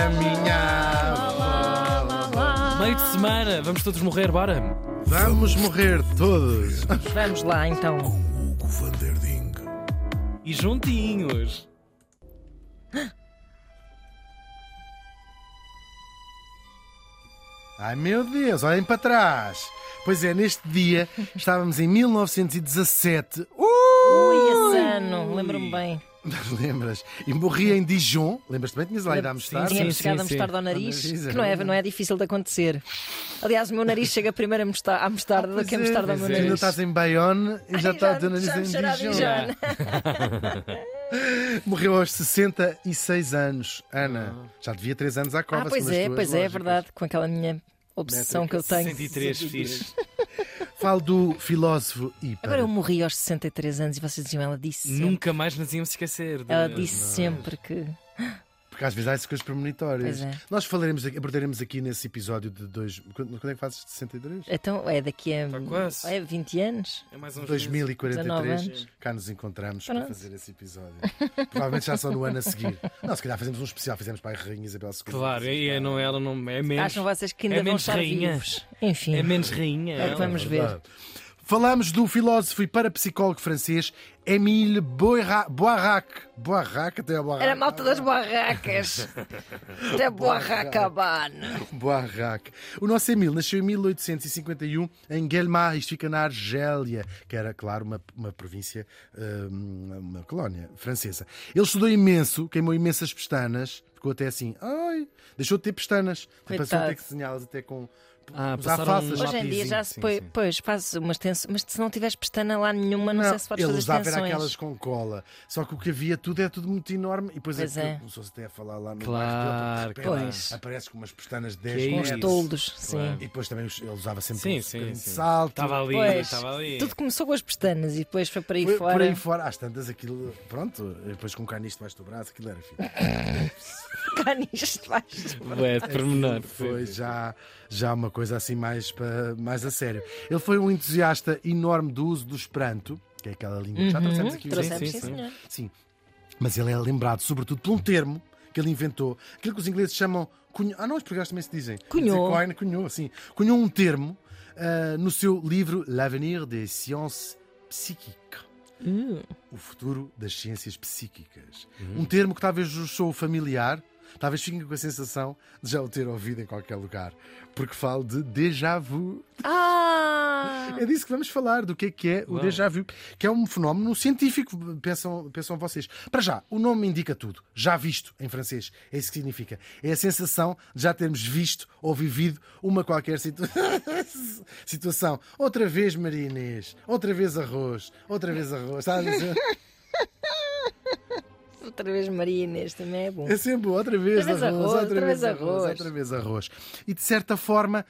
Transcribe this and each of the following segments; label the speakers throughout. Speaker 1: caminhar.
Speaker 2: Meio de semana, vamos todos morrer, bora!
Speaker 1: Vamos morrer todos.
Speaker 3: Vamos lá então.
Speaker 4: Hugo van der Ding.
Speaker 2: E juntinhos!
Speaker 1: Ai meu Deus, olhem para trás. Pois é, neste dia estávamos em 1917.
Speaker 3: Ui,
Speaker 1: Uh!
Speaker 3: esse ano, lembro-me bem.
Speaker 1: Lembras? E morri em Dijon. Lembras-te bem? Tinhas lá ido almoçar?
Speaker 2: Ah, Sim,
Speaker 3: Tínhamos
Speaker 2: sim,
Speaker 3: chegado a
Speaker 2: sim.
Speaker 3: mostarda ao nariz,
Speaker 1: Ao nariz, é
Speaker 3: que não é,
Speaker 1: verdade.
Speaker 3: não é difícil de acontecer. Aliás, o meu nariz chega primeiro a mostar- à mostarda do que a
Speaker 1: Pois é,
Speaker 3: mostarda ao meu
Speaker 2: pois é.
Speaker 1: Ainda
Speaker 3: nariz.
Speaker 1: estás em Bayonne e já
Speaker 3: Ai,
Speaker 1: está a dona
Speaker 3: já
Speaker 1: Nariz
Speaker 3: me
Speaker 1: em
Speaker 3: cheira a
Speaker 1: Dijon.
Speaker 3: Dijon.
Speaker 1: Morreu aos 66 anos, Ana. Já devia 3 anos à cova.
Speaker 3: Ah, pois
Speaker 1: segundo as
Speaker 3: é,
Speaker 1: tuas
Speaker 3: pois é, é
Speaker 1: lógicas.
Speaker 3: verdade, com aquela minha obsessão que eu tenho.
Speaker 2: 63, fixe!
Speaker 1: Falo do filósofo e
Speaker 3: Agora eu morri aos 63 anos e vocês diziam, ela disse sempre.
Speaker 2: Nunca mais nos íamos esquecer!
Speaker 3: Ela
Speaker 2: de- é?
Speaker 3: disse sempre que.
Speaker 1: Porque às vezes há essas coisas premonitórias.
Speaker 3: Pois é.
Speaker 1: Nós falaremos, aqui- abordaremos aqui nesse episódio de dois. Quando, quando é que fazes? 63?
Speaker 3: Então, é daqui a.
Speaker 2: Está Tá quase.
Speaker 3: É 20 anos?
Speaker 2: É mais uns meses.
Speaker 1: 2043,
Speaker 3: 19 anos.
Speaker 1: cá nos encontramos para
Speaker 3: Pronto.
Speaker 1: fazer esse episódio. Provavelmente já só no ano a seguir. Não, se calhar fazemos um especial, fizemos para a Rainha Isabel II.
Speaker 2: Claro, e é, não, ela não é menos.
Speaker 3: Acham vocês que ainda
Speaker 2: é
Speaker 3: vão
Speaker 2: menos
Speaker 3: estar
Speaker 2: rainha.
Speaker 3: vivos? Enfim,
Speaker 2: É menos rainha.
Speaker 3: é o que
Speaker 2: ela.
Speaker 3: vamos ver.
Speaker 1: Verdade. Falámos do filósofo e parapsicólogo francês Émile Boira- Boirac. Boirac, até ao Boirac.
Speaker 3: Era a malta
Speaker 2: Ah.
Speaker 3: das barracas. da barracabana.
Speaker 1: Boirac. O nosso Émile nasceu em 1851 em Guelmar, isto fica na Argélia, que era, claro, uma, uma província, eh, uma, uma colónia francesa. Ele estudou imenso, queimou imensas pestanas, ficou até assim, ai, deixou de ter pestanas. Passou a
Speaker 3: Coitado.
Speaker 1: ter que desenhá-las até com.
Speaker 2: Ah,
Speaker 1: usar
Speaker 2: passaram-
Speaker 1: faces,
Speaker 3: Hoje em dia já se põe, pois fazes umas tensões, mas se não tiveres pestana lá nenhuma, não, sei se podes
Speaker 1: ele
Speaker 3: fazer
Speaker 1: usava
Speaker 3: tensões.
Speaker 1: era aquelas com cola. Só que o que havia tudo é tudo muito enorme. E depois
Speaker 3: Pois
Speaker 1: aquilo
Speaker 3: é.
Speaker 1: começou-se até a falar lá no
Speaker 2: Claro,
Speaker 1: bairro dele, porque de repente
Speaker 3: pois.
Speaker 1: Aparece com umas pestanas de
Speaker 2: Que
Speaker 1: 10
Speaker 2: é
Speaker 3: Com
Speaker 1: metros.
Speaker 3: os
Speaker 2: isso.
Speaker 3: toldos, sim.
Speaker 2: Claro.
Speaker 1: E depois também os- ele usava sempre
Speaker 2: Sim,
Speaker 1: um
Speaker 2: sim,
Speaker 1: bocadinho de
Speaker 2: sim.
Speaker 1: salto.
Speaker 2: Estava ali,
Speaker 3: Pois,
Speaker 2: estava ali.
Speaker 3: Tudo começou com as pestanas e depois foi para aí
Speaker 1: Por-
Speaker 3: fora.
Speaker 1: Por aí fora, às tantas, aquilo, pronto, depois com um canisto debaixo do braço, aquilo era filho.
Speaker 3: Cá nisto lá.
Speaker 2: É, de pormenor.
Speaker 1: Foi já, já uma coisa assim mais, pa- mais a sério. Ele foi um entusiasta enorme do uso do esperanto, que é aquela língua que já trouxemos aqui. hoje.
Speaker 3: Uhum. Trouxemos,
Speaker 2: sim,
Speaker 3: sim,
Speaker 2: sim.
Speaker 3: senhor.
Speaker 1: Sim, mas ele é lembrado sobretudo por um termo que ele inventou, aquilo que os ingleses chamam cunho. Ah, não, os portugueses também se dizem.
Speaker 3: Cunhou.
Speaker 1: Quer dizer, Coin, cunhou, sim. Cunhou um termo ah, no seu livro L'Avenir des Sciences Psychiques. O futuro das ciências psíquicas. Um termo que talvez vos sou familiar, talvez fiquem com a sensação de já o ter ouvido em qualquer lugar, porque falo de déjà vu.
Speaker 3: Ah!
Speaker 1: É disso que vamos falar, do que é que é o
Speaker 2: Uau.
Speaker 1: déjà vu, que é um fenómeno científico, pensam, pensam vocês. Para já, o nome indica tudo. Já visto, em francês. É isso que significa. É a sensação de já termos visto ou vivido uma qualquer situ- situação. Outra vez marinês, outra vez arroz, outra vez arroz. Estás a dizer?
Speaker 3: Outra vez Maria Inês também é bom.
Speaker 1: É sempre outra vez,
Speaker 3: Outra vez
Speaker 1: arroz,
Speaker 3: arroz,
Speaker 1: outra vez arroz, outra vez arroz. E de certa forma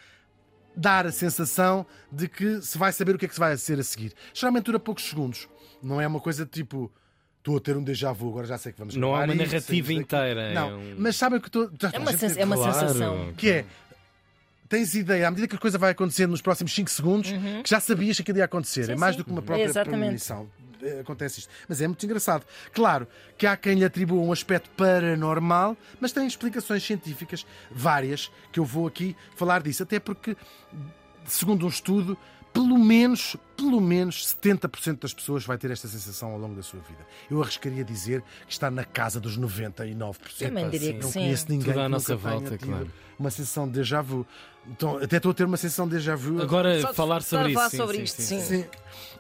Speaker 1: dar a sensação de que se vai saber o que é que se vai ser a seguir. Geralmente dura poucos segundos. Não é uma coisa de tipo estou a ter um déjà vu, agora já sei que vamos
Speaker 2: Não há
Speaker 1: acabar
Speaker 2: uma
Speaker 1: isto,
Speaker 2: narrativa
Speaker 1: saímos daqui.
Speaker 2: inteira. é
Speaker 1: Não,
Speaker 2: um-
Speaker 1: mas sabem que estou...
Speaker 3: É uma, sen- é uma sensação.
Speaker 1: Que é... Tens ideia, à medida que a coisa vai acontecendo nos próximos 5 segundos, que já sabias que aquilo ia acontecer.
Speaker 3: Uhum. Sim,
Speaker 1: é mais
Speaker 3: sim.
Speaker 1: do que uma
Speaker 3: Uhum.
Speaker 1: própria
Speaker 3: Exatamente.
Speaker 1: premonição. Eh, Acontece isto. Mas é muito engraçado. Claro que há quem lhe atribua um aspecto paranormal, mas tem explicações científicas várias que eu vou aqui falar disso. Até porque, segundo um estudo, pelo menos, pelo menos 70% das pessoas vai ter esta sensação ao longo da sua vida. Eu arriscaria dizer que está na casa dos 99%.
Speaker 3: Também diria que
Speaker 1: Não
Speaker 3: sim. Um
Speaker 1: conheço ninguém
Speaker 2: Tudo à
Speaker 1: que
Speaker 2: nossa
Speaker 1: nunca tenha
Speaker 2: volta,
Speaker 1: tido
Speaker 2: claro.
Speaker 1: uma sensação de déjà vu. Então, até estou a ter uma sensação de déjà vu.
Speaker 2: Agora
Speaker 3: Só de
Speaker 2: falar
Speaker 3: estar a
Speaker 2: sobre
Speaker 3: falar
Speaker 2: isso.
Speaker 3: sobre isto, sim.
Speaker 1: Sim.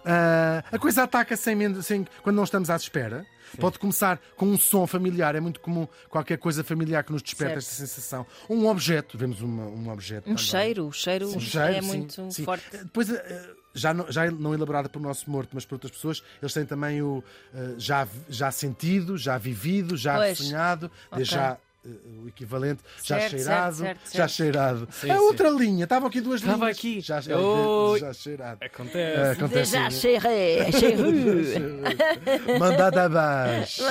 Speaker 1: Ah, a coisa ataca sem, men- sem- quando não estamos à espera. Pode começar com um som familiar, é muito comum qualquer coisa familiar que nos desperta
Speaker 3: Certo.
Speaker 1: esta sensação. Um objeto, vemos uma- um objeto.
Speaker 3: Um
Speaker 1: também.
Speaker 3: cheiro, o cheiro,
Speaker 1: Um cheiro,
Speaker 3: é
Speaker 1: sim,
Speaker 3: muito
Speaker 1: sim.
Speaker 3: forte.
Speaker 1: Depois, eh, já não, já não elaborada por nosso morto, mas por outras pessoas, eles têm também o eh, já, já sentido, já vivido, já
Speaker 3: Pois.
Speaker 1: sonhado, de
Speaker 3: Ok.
Speaker 1: já eh, o equivalente, já
Speaker 3: Certo,
Speaker 1: cheirado,
Speaker 3: certo, certo,
Speaker 1: já
Speaker 3: certo.
Speaker 1: cheirado.
Speaker 2: Sim,
Speaker 1: é
Speaker 2: sim.
Speaker 1: outra linha, estavam aqui duas
Speaker 2: Estava
Speaker 1: linhas.
Speaker 2: aqui.
Speaker 1: Já, é o
Speaker 2: Oi. É
Speaker 1: de- já cheirado. Eh,
Speaker 2: Acontece.
Speaker 1: acontece
Speaker 3: Déjà
Speaker 1: isso.
Speaker 3: cheiré, cheiré.
Speaker 1: Mandada abaixo.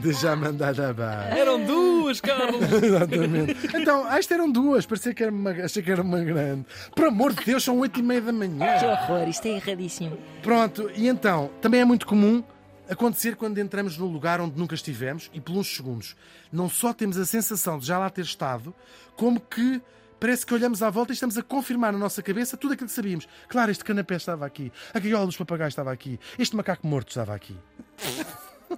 Speaker 1: Deixar mandada abaixo.
Speaker 2: Eram duas, Carlos!
Speaker 1: Exatamente. Então, ah, isto eram duas, parecia que era uma, achei que era uma grande. Por amor de Deus, são oito e meia da manhã.
Speaker 3: Que horror, isto é erradíssimo.
Speaker 1: Pronto, e então, também é muito comum acontecer quando entramos num lugar onde nunca estivemos e por uns segundos não só temos a sensação de já lá ter estado, como que parece que olhamos à volta e estamos a confirmar na nossa cabeça tudo aquilo que sabíamos. Claro, este canapé estava aqui, a gaiola dos papagaios estava aqui, este macaco morto estava aqui.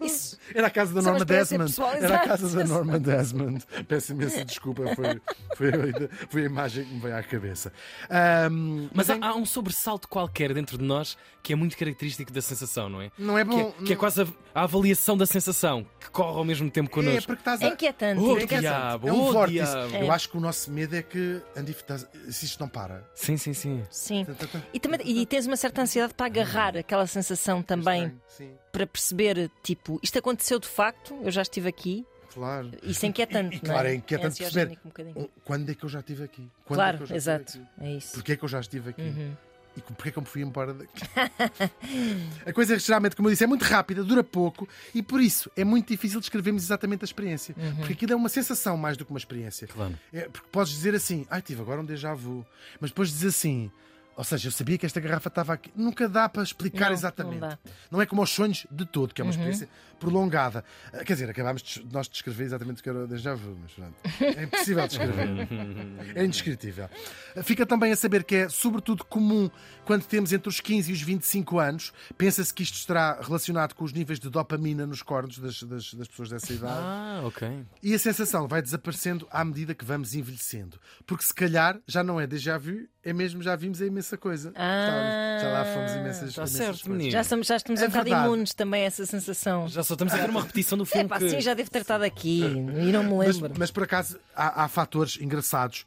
Speaker 3: Isso.
Speaker 1: Era a casa da
Speaker 3: Só uma
Speaker 1: Norma
Speaker 3: experiência
Speaker 1: Desmond.
Speaker 3: pessoal,
Speaker 1: Era a
Speaker 3: exato.
Speaker 1: casa da Norma Desmond. Peço imensa desculpa, foi, foi, a, foi a imagem que me veio à cabeça. Ahm,
Speaker 2: Mas há,
Speaker 1: em-
Speaker 2: há um sobressalto qualquer dentro de nós que é muito característico da sensação, não é?
Speaker 1: não é
Speaker 2: Que
Speaker 1: bom.
Speaker 2: é, que é quase a, a avaliação da sensação que corre ao mesmo tempo
Speaker 1: É
Speaker 2: connosco.
Speaker 1: porque estás
Speaker 3: É
Speaker 1: a,
Speaker 3: inquietante.
Speaker 2: Oh,
Speaker 3: é inquietante.
Speaker 2: diabo,
Speaker 1: É um
Speaker 2: oh,
Speaker 1: vórtice.
Speaker 2: diabo.
Speaker 1: Eu acho que o nosso medo é que andiftase- se isto não para.
Speaker 2: Sim, sim, sim.
Speaker 3: Sim. E, também, e tens uma certa ansiedade para agarrar aquela sensação
Speaker 1: é.
Speaker 3: também,
Speaker 1: Sim,
Speaker 3: para perceber, tipo, isto aconteceu de facto, eu já estive aqui,
Speaker 1: claro.
Speaker 3: isso é inquietante.
Speaker 1: E- e
Speaker 3: não
Speaker 1: claro, é inquietante
Speaker 3: é
Speaker 1: perceber.
Speaker 3: ansiogénico um bocadinho.
Speaker 1: Um, Quando é que eu já estive aqui? Quando é que eu
Speaker 3: Claro,
Speaker 1: já estive
Speaker 3: exato,
Speaker 1: aqui?
Speaker 3: é isso.
Speaker 1: Porquê é que eu já estive aqui? E com- porquê é que eu me fui embora daqui? a coisa geralmente, como eu disse, é muito rápida, dura pouco e por isso é muito difícil descrevermos exatamente a experiência. Porque aquilo é uma sensação mais do que uma experiência.
Speaker 2: Claro.
Speaker 1: É, porque podes dizer assim, ai, tive agora um déjà vu. Mas depois dizes assim, ou seja, eu sabia que esta garrafa estava aqui. Nunca dá para explicar
Speaker 3: Não,
Speaker 1: exatamente.
Speaker 3: não dá. Uhum.
Speaker 1: Não é como aos sonhos de todo, que é uma experiência prolongada. Ah, Quer dizer, acabámos de nós de descrever exatamente o que era o déjà vu, mas pronto. É impossível descrever. É indescritível. Ah, Fica também a saber que é, sobretudo, comum quando temos entre os 15 e os 25 anos. Pensa-se que isto estará relacionado com os níveis de dopamina nos cornos das, das- das pessoas dessa idade.
Speaker 2: Ah, ok.
Speaker 1: E a sensação vai desaparecendo à medida que vamos envelhecendo. Porque se calhar já não é déjà vu, é mesmo já vimos a imensa coisa.
Speaker 3: Ah,
Speaker 1: Estávamos- já lá fomos imensas,
Speaker 2: Está
Speaker 1: imensas
Speaker 2: certo,
Speaker 1: coisas.
Speaker 2: menino.
Speaker 3: Já, somos, já estamos
Speaker 1: É
Speaker 3: um bocado
Speaker 1: verdade.
Speaker 3: imunes também a essa sensação.
Speaker 2: Já só estamos a ver uma repetição do
Speaker 3: É
Speaker 2: filme.
Speaker 3: pá,
Speaker 2: que...
Speaker 3: sim, já devo ter estado aqui e não me
Speaker 1: Mas,
Speaker 3: lembro.
Speaker 1: mas, por acaso há, há fatores engraçados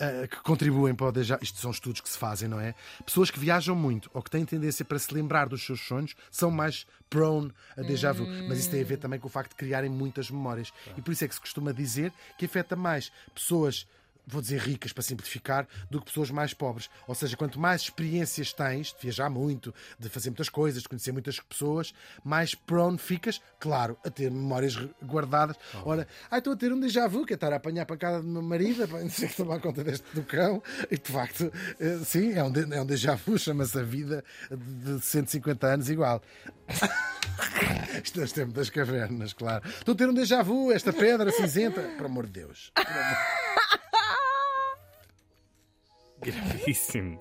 Speaker 1: ah, que contribuem para o déjà Isto são estudos que se fazem, não é? Pessoas que viajam muito ou que têm tendência para se lembrar dos seus sonhos são mais prone a déjà vu. Mas isso tem a ver também com o facto de criarem muitas memórias. E por isso é que se costuma dizer que afeta mais pessoas. Vou dizer ricas para simplificar, do que pessoas mais pobres. Ou seja, quanto mais experiências tens de viajar muito, de fazer muitas coisas, de conhecer muitas pessoas, mais prone ficas, claro, a ter memórias re- guardadas. Ora, ai, estou a ter um déjà vu, que é estar a apanhar para casa do meu marido, para não sei que tomar conta deste do cão. E de facto, eh, sim, é um, de- é um déjà vu, chama-se a vida de de 150 anos igual. Isto é o tempo das cavernas, claro. Estou a ter um déjà vu, esta pedra cinzenta. Por amor de Deus.
Speaker 2: Gravíssimo.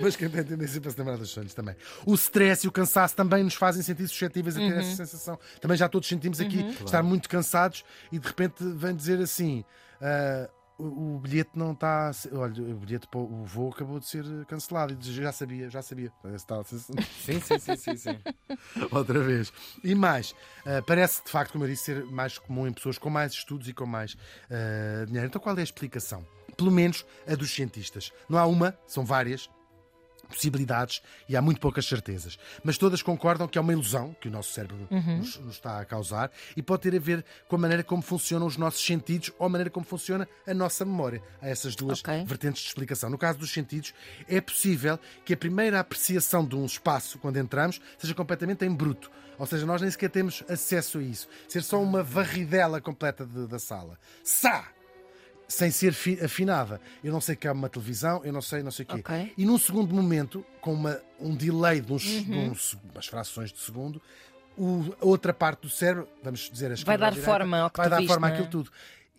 Speaker 1: Mas quem tem tendência para se lembrar dos sonhos também. O stress e o cansaço também nos fazem sentir suscetíveis a ter essa sensação. Também já todos sentimos aqui estar muito cansados e de repente vem dizer assim. ah, o o bilhete não está. a ser- Olha, o bilhete para o voo acabou de ser cancelado. E diz, já sabia, já sabia. Essa tal assim, sensação.
Speaker 2: Sim, sim, sim, sim,
Speaker 1: É
Speaker 2: sim.
Speaker 1: Outra vez. E mais, ah, parece de facto, como eu disse, ser mais comum em pessoas com mais estudos e com mais ah, dinheiro. Então qual é a explicação? Pelo menos a dos cientistas. Não há uma, são várias possibilidades e há muito poucas certezas. Mas todas concordam que é uma ilusão que o nosso cérebro nos, nos está a causar e pode ter a ver com a maneira como funcionam os nossos sentidos ou a maneira como funciona a nossa memória. Há essas duas
Speaker 3: Ok.
Speaker 1: vertentes de explicação. No caso dos sentidos, é possível que a primeira apreciação de um espaço, quando entramos, seja completamente em bruto. Ou seja, nós nem sequer temos acesso a isso. Ser só uma varridela completa de- da sala. Sá! sem ser fi- afinada. Eu não sei que há uma televisão, eu não sei, não sei o quê.
Speaker 3: Ok.
Speaker 1: E num segundo momento, com uma- um delay de, uns, de
Speaker 3: Uhum.
Speaker 1: uns- umas frações de segundo, o- a outra parte do cérebro, vamos dizer, a esquerda,
Speaker 3: dar
Speaker 1: à direita,
Speaker 3: forma ao que
Speaker 1: vai
Speaker 3: tu
Speaker 1: dar
Speaker 3: viste,
Speaker 1: forma
Speaker 3: não é?
Speaker 1: àquilo tudo.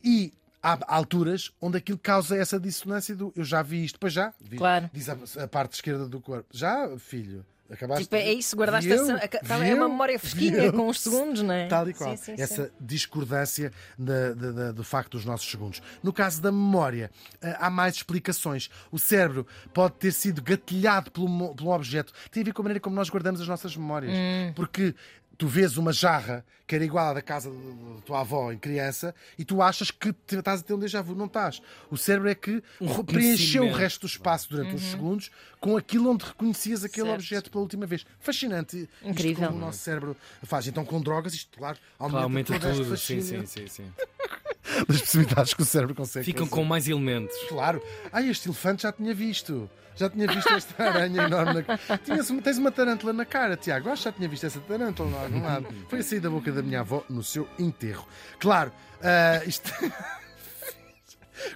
Speaker 1: E há alturas onde aquilo causa essa dissonância do eu já vi isto, pois já, vi-
Speaker 3: Claro.
Speaker 1: diz a, a parte esquerda do corpo, já, filho, acabaste.
Speaker 3: Tipo, é isso, guardaste
Speaker 1: Viu?
Speaker 3: a, a, tá- é
Speaker 1: Viu?
Speaker 3: uma memória fresquinha
Speaker 1: Viu?
Speaker 3: com uns segundos, não é?
Speaker 1: Tal e qual.
Speaker 3: Sim, sim, sim.
Speaker 1: Essa discordância da- da- da- do facto dos nossos segundos. No caso da memória, ah, há mais explicações. O cérebro pode ter sido gatilhado pelo, mo- pelo objeto. Tem a ver com a maneira como nós guardamos as nossas memórias. Porque. Tu vês uma jarra que era igual à da casa do- do- da tua avó em criança e tu achas que te- estás a ter um déjà vu. Não estás. O cérebro é que preencheu o
Speaker 2: reconhecimento.
Speaker 1: resto do espaço durante uns segundos com aquilo onde reconhecias aquele
Speaker 3: Certo.
Speaker 1: objeto pela última vez. Fascinante. Isto como
Speaker 3: Incrível.
Speaker 1: o nosso cérebro faz. Então, com drogas, isto, claro,
Speaker 2: Claro,
Speaker 1: aumenta,
Speaker 2: aumenta
Speaker 1: todo este
Speaker 2: tudo. Sim,
Speaker 1: é fascínio
Speaker 2: sim, sim, sim.
Speaker 1: das possibilidades que o cérebro consegue.
Speaker 2: Ficam
Speaker 1: fazer.
Speaker 2: com mais elementos.
Speaker 1: Claro. Ah, este elefante já tinha visto. Já tinha visto esta aranha enorme. Na... Tinhas uma- tens uma tarântula na cara, Tiago. Acho que já tinha visto essa tarântula em algum lado. Foi a sair da boca da minha avó no seu enterro. Claro, ah, isto.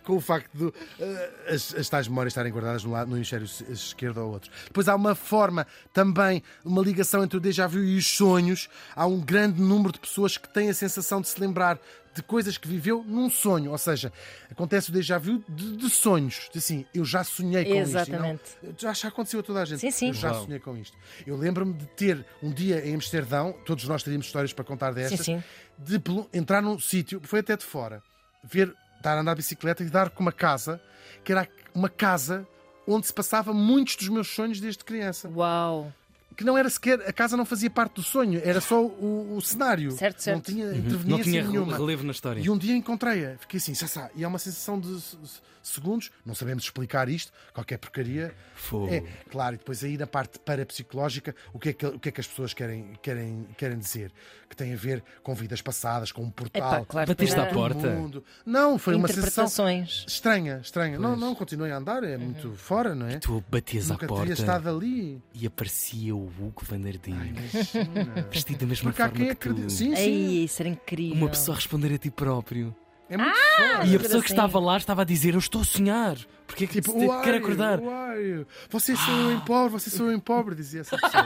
Speaker 1: com o facto de eh, as, as tais memórias estarem guardadas no, lado, no hemisfério s- esquerdo ou outro. Depois há uma forma também, uma ligação entre o déjà vu e os sonhos. Há um grande número de pessoas que têm a sensação de se lembrar de coisas que viveu num sonho. Ou seja, acontece o déjà vu de, de sonhos. De assim, eu já sonhei com
Speaker 3: Exatamente.
Speaker 1: isto. e não- Já, já aconteceu a toda a gente.
Speaker 3: Sim, sim.
Speaker 1: Eu já
Speaker 2: Uau.
Speaker 1: sonhei com isto. Eu lembro-me de ter um dia em Amsterdão, todos nós teríamos histórias para contar destas,
Speaker 3: sim.
Speaker 1: de pelo- entrar num sítio, foi até de fora, ver, estar a andar de bicicleta e dar com uma casa, que era uma casa onde se passava muitos dos meus sonhos desde criança.
Speaker 3: Uau!
Speaker 1: Que não era sequer, a casa não fazia parte do sonho, era só o, o cenário.
Speaker 3: Certo,
Speaker 1: Não
Speaker 3: certo.
Speaker 1: tinha
Speaker 2: Uhum. Não
Speaker 1: interveniência
Speaker 2: tinha
Speaker 1: nenhuma.
Speaker 2: relevo na história.
Speaker 1: E um dia encontrei-a, fiquei assim, sassá, e há uma sensação de s- s- segundos, não sabemos explicar isto, qualquer porcaria.
Speaker 2: Fogo.
Speaker 1: É, claro, e depois aí na parte parapsicológica, o que é que, o que, é que as pessoas querem, querem, querem dizer? Que tem a ver com vidas passadas, com um portal.
Speaker 3: Epá, claro,
Speaker 2: Batiste
Speaker 3: depois
Speaker 2: à
Speaker 3: há
Speaker 2: porta.
Speaker 1: outro mundo. Não, foi uma sensação
Speaker 3: Interpretações.
Speaker 1: estranha, estranha. Não, não, continuei a andar, é muito fora, não é?
Speaker 2: Uhum. Tu batias à
Speaker 1: Nunca
Speaker 2: porta
Speaker 1: teria estado ali.
Speaker 2: e aparecia o Hugo Van der Ding,
Speaker 1: Imagina.
Speaker 2: vestido da mesma
Speaker 1: Porque há
Speaker 2: forma
Speaker 1: quem
Speaker 2: que
Speaker 1: é
Speaker 2: tu.
Speaker 1: acredita. Sim, sim.
Speaker 3: Ei, isso era incrível.
Speaker 2: Uma pessoa a responder a ti próprio.
Speaker 1: É muito fora.
Speaker 2: E a
Speaker 3: fazer
Speaker 2: pessoa que
Speaker 3: assim.
Speaker 2: estava lá estava a dizer: Eu estou a sonhar. Porque é que
Speaker 1: Tipo,
Speaker 2: te-
Speaker 1: uai,
Speaker 2: quero acordar? Ah.
Speaker 1: uai, um você sou eu em pobre, você sou eu em pobre, dizia essa pessoa.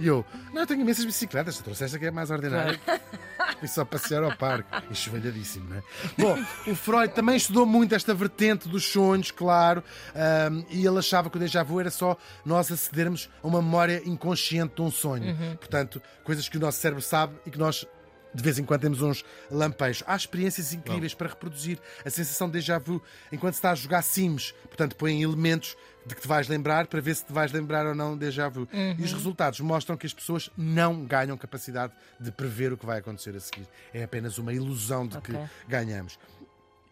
Speaker 1: e eu, não, eu tenho imensas bicicletas, tu trouxeste a que é mais ordinária. E só passear ao parque. Enxovalhadíssimo, não é? Bom, o Freud também estudou muito esta vertente dos sonhos, claro, ahm, e ele achava que o déjà vu era só nós acedermos a uma memória inconsciente de um sonho. Portanto, coisas que o nosso cérebro sabe e que nós. De vez em quando temos uns lampejos. Há experiências incríveis para reproduzir a sensação de déjà vu enquanto se está a jogar Sims. Portanto, põem elementos de que te vais lembrar para ver se te vais lembrar ou não de déjà vu. E
Speaker 3: Uhum.
Speaker 1: os resultados mostram que as pessoas não ganham capacidade de prever o que vai acontecer a seguir. É apenas uma ilusão de
Speaker 3: Ok.
Speaker 1: que ganhamos.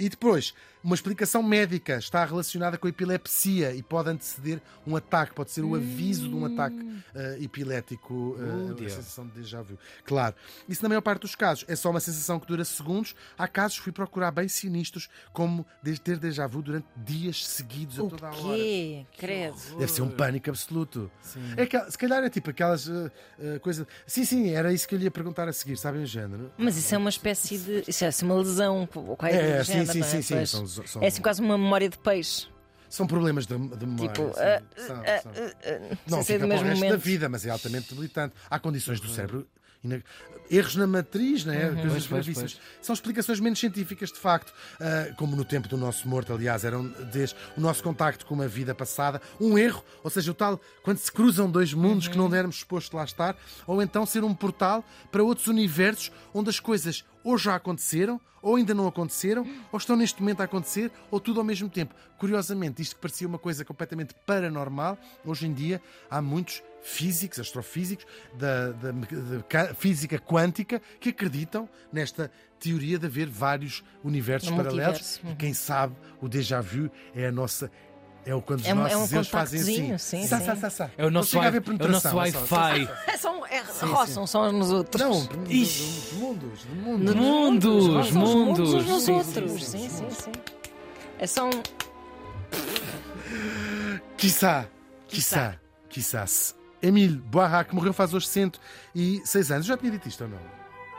Speaker 1: E depois, uma explicação médica está relacionada com a epilepsia e pode anteceder um ataque, pode ser o aviso de um ataque
Speaker 3: Hum.
Speaker 1: eh, epilético, eh,
Speaker 2: Oh,
Speaker 1: a
Speaker 2: dear.
Speaker 1: sensação de déjà vu. Claro, isso na maior parte dos casos é só uma sensação que dura segundos. Há casos, fui procurar bem sinistros, como de ter déjà vu durante dias seguidos a
Speaker 3: O
Speaker 1: toda a hora.
Speaker 3: quê? Credo.
Speaker 1: Deve ser um pânico absoluto. É aquela- se calhar é tipo aquelas eh, eh, coisas. Sim, sim, era isso que eu lhe ia perguntar a seguir, sabem o género?
Speaker 3: Mas isso é uma espécie de. Isso é uma lesão. ou qualquer
Speaker 1: É,
Speaker 3: do
Speaker 1: sim,
Speaker 3: género,
Speaker 1: sim,
Speaker 3: não é?
Speaker 1: sim, sim,
Speaker 3: Pois.
Speaker 1: são- são-
Speaker 3: É assim quase uma memória de peixe.
Speaker 1: São problemas de, de memória.
Speaker 3: Tipo,
Speaker 1: sim,
Speaker 3: ah,
Speaker 1: são-
Speaker 3: ah,
Speaker 1: são.
Speaker 3: ah, ah,
Speaker 1: Não
Speaker 3: sem ser
Speaker 1: fica para o
Speaker 3: do mesmo
Speaker 1: resto da
Speaker 3: momento.
Speaker 1: vida, mas é altamente debilitante. Há condições do cérebro. ina- Erros na matriz, não é? coisas
Speaker 2: Uhum. Pois, pois,
Speaker 1: gravíssimas. São explicações menos científicas, de facto. Ah, como no tempo do nosso morto, aliás, eram desde o nosso contacto com uma vida passada, um erro, ou seja, o tal quando se cruzam dois mundos
Speaker 2: Uhum.
Speaker 1: que não dermos exposto lá estar, ou então ser um portal para outros universos onde as coisas ou já aconteceram, ou ainda não aconteceram, ou estão neste momento a acontecer, ou tudo ao mesmo tempo. Curiosamente, isto que parecia uma coisa completamente paranormal, hoje em dia há muitos físicos, astrofísicos, da, da me- de ca- física quântica, que acreditam nesta teoria de haver vários universos
Speaker 3: Um
Speaker 1: paralelos.
Speaker 3: multiverso, uhum.
Speaker 1: E quem sabe o déjà vu é a nossa. É o quando os
Speaker 3: É um- é
Speaker 1: nossos
Speaker 3: um
Speaker 1: eles fazem assim.
Speaker 3: contactozinho, sim,
Speaker 1: Sá,
Speaker 3: sim.
Speaker 1: sá, sá, sá.
Speaker 2: É o
Speaker 1: Não
Speaker 2: nosso,
Speaker 1: chega a haver
Speaker 2: wi- é o nosso
Speaker 1: penetração, é só- só-
Speaker 2: Wi-Fi.
Speaker 3: É, são, é, roçam são uns nos outros.
Speaker 1: Não, de- de-
Speaker 2: Ixi.
Speaker 1: de mundos, de mundos.
Speaker 3: Nos
Speaker 2: Mundos,
Speaker 3: roçam os
Speaker 2: mundos.
Speaker 3: Uns nos
Speaker 2: Sim,
Speaker 3: outros. Sim, sim, sim. É só um.
Speaker 1: Quissá, quissá, quissás. Emile Boirá, que morreu faz hoje 106 anos. Já tinha dito isto ou não?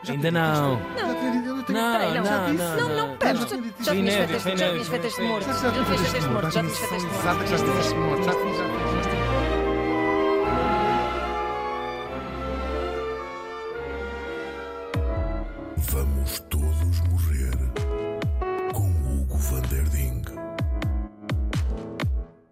Speaker 1: Já
Speaker 2: Ainda
Speaker 1: tinha dito isto?
Speaker 2: não.
Speaker 1: Já tinha dito, eu tenho-
Speaker 2: Não,
Speaker 1: já
Speaker 3: Não,
Speaker 2: não,
Speaker 1: disse.
Speaker 2: não.
Speaker 3: Não, não, pera,
Speaker 1: não.
Speaker 3: tu-
Speaker 1: Inédito,
Speaker 3: Ah. já tinhas feito
Speaker 2: inédito,
Speaker 3: este- já tinhas feito este
Speaker 2: inédito.
Speaker 3: morto. Já tinhas feito este morto. Já tinhas feito este morto.
Speaker 1: Exato, já tinha este morto. Já tinha, já tinha.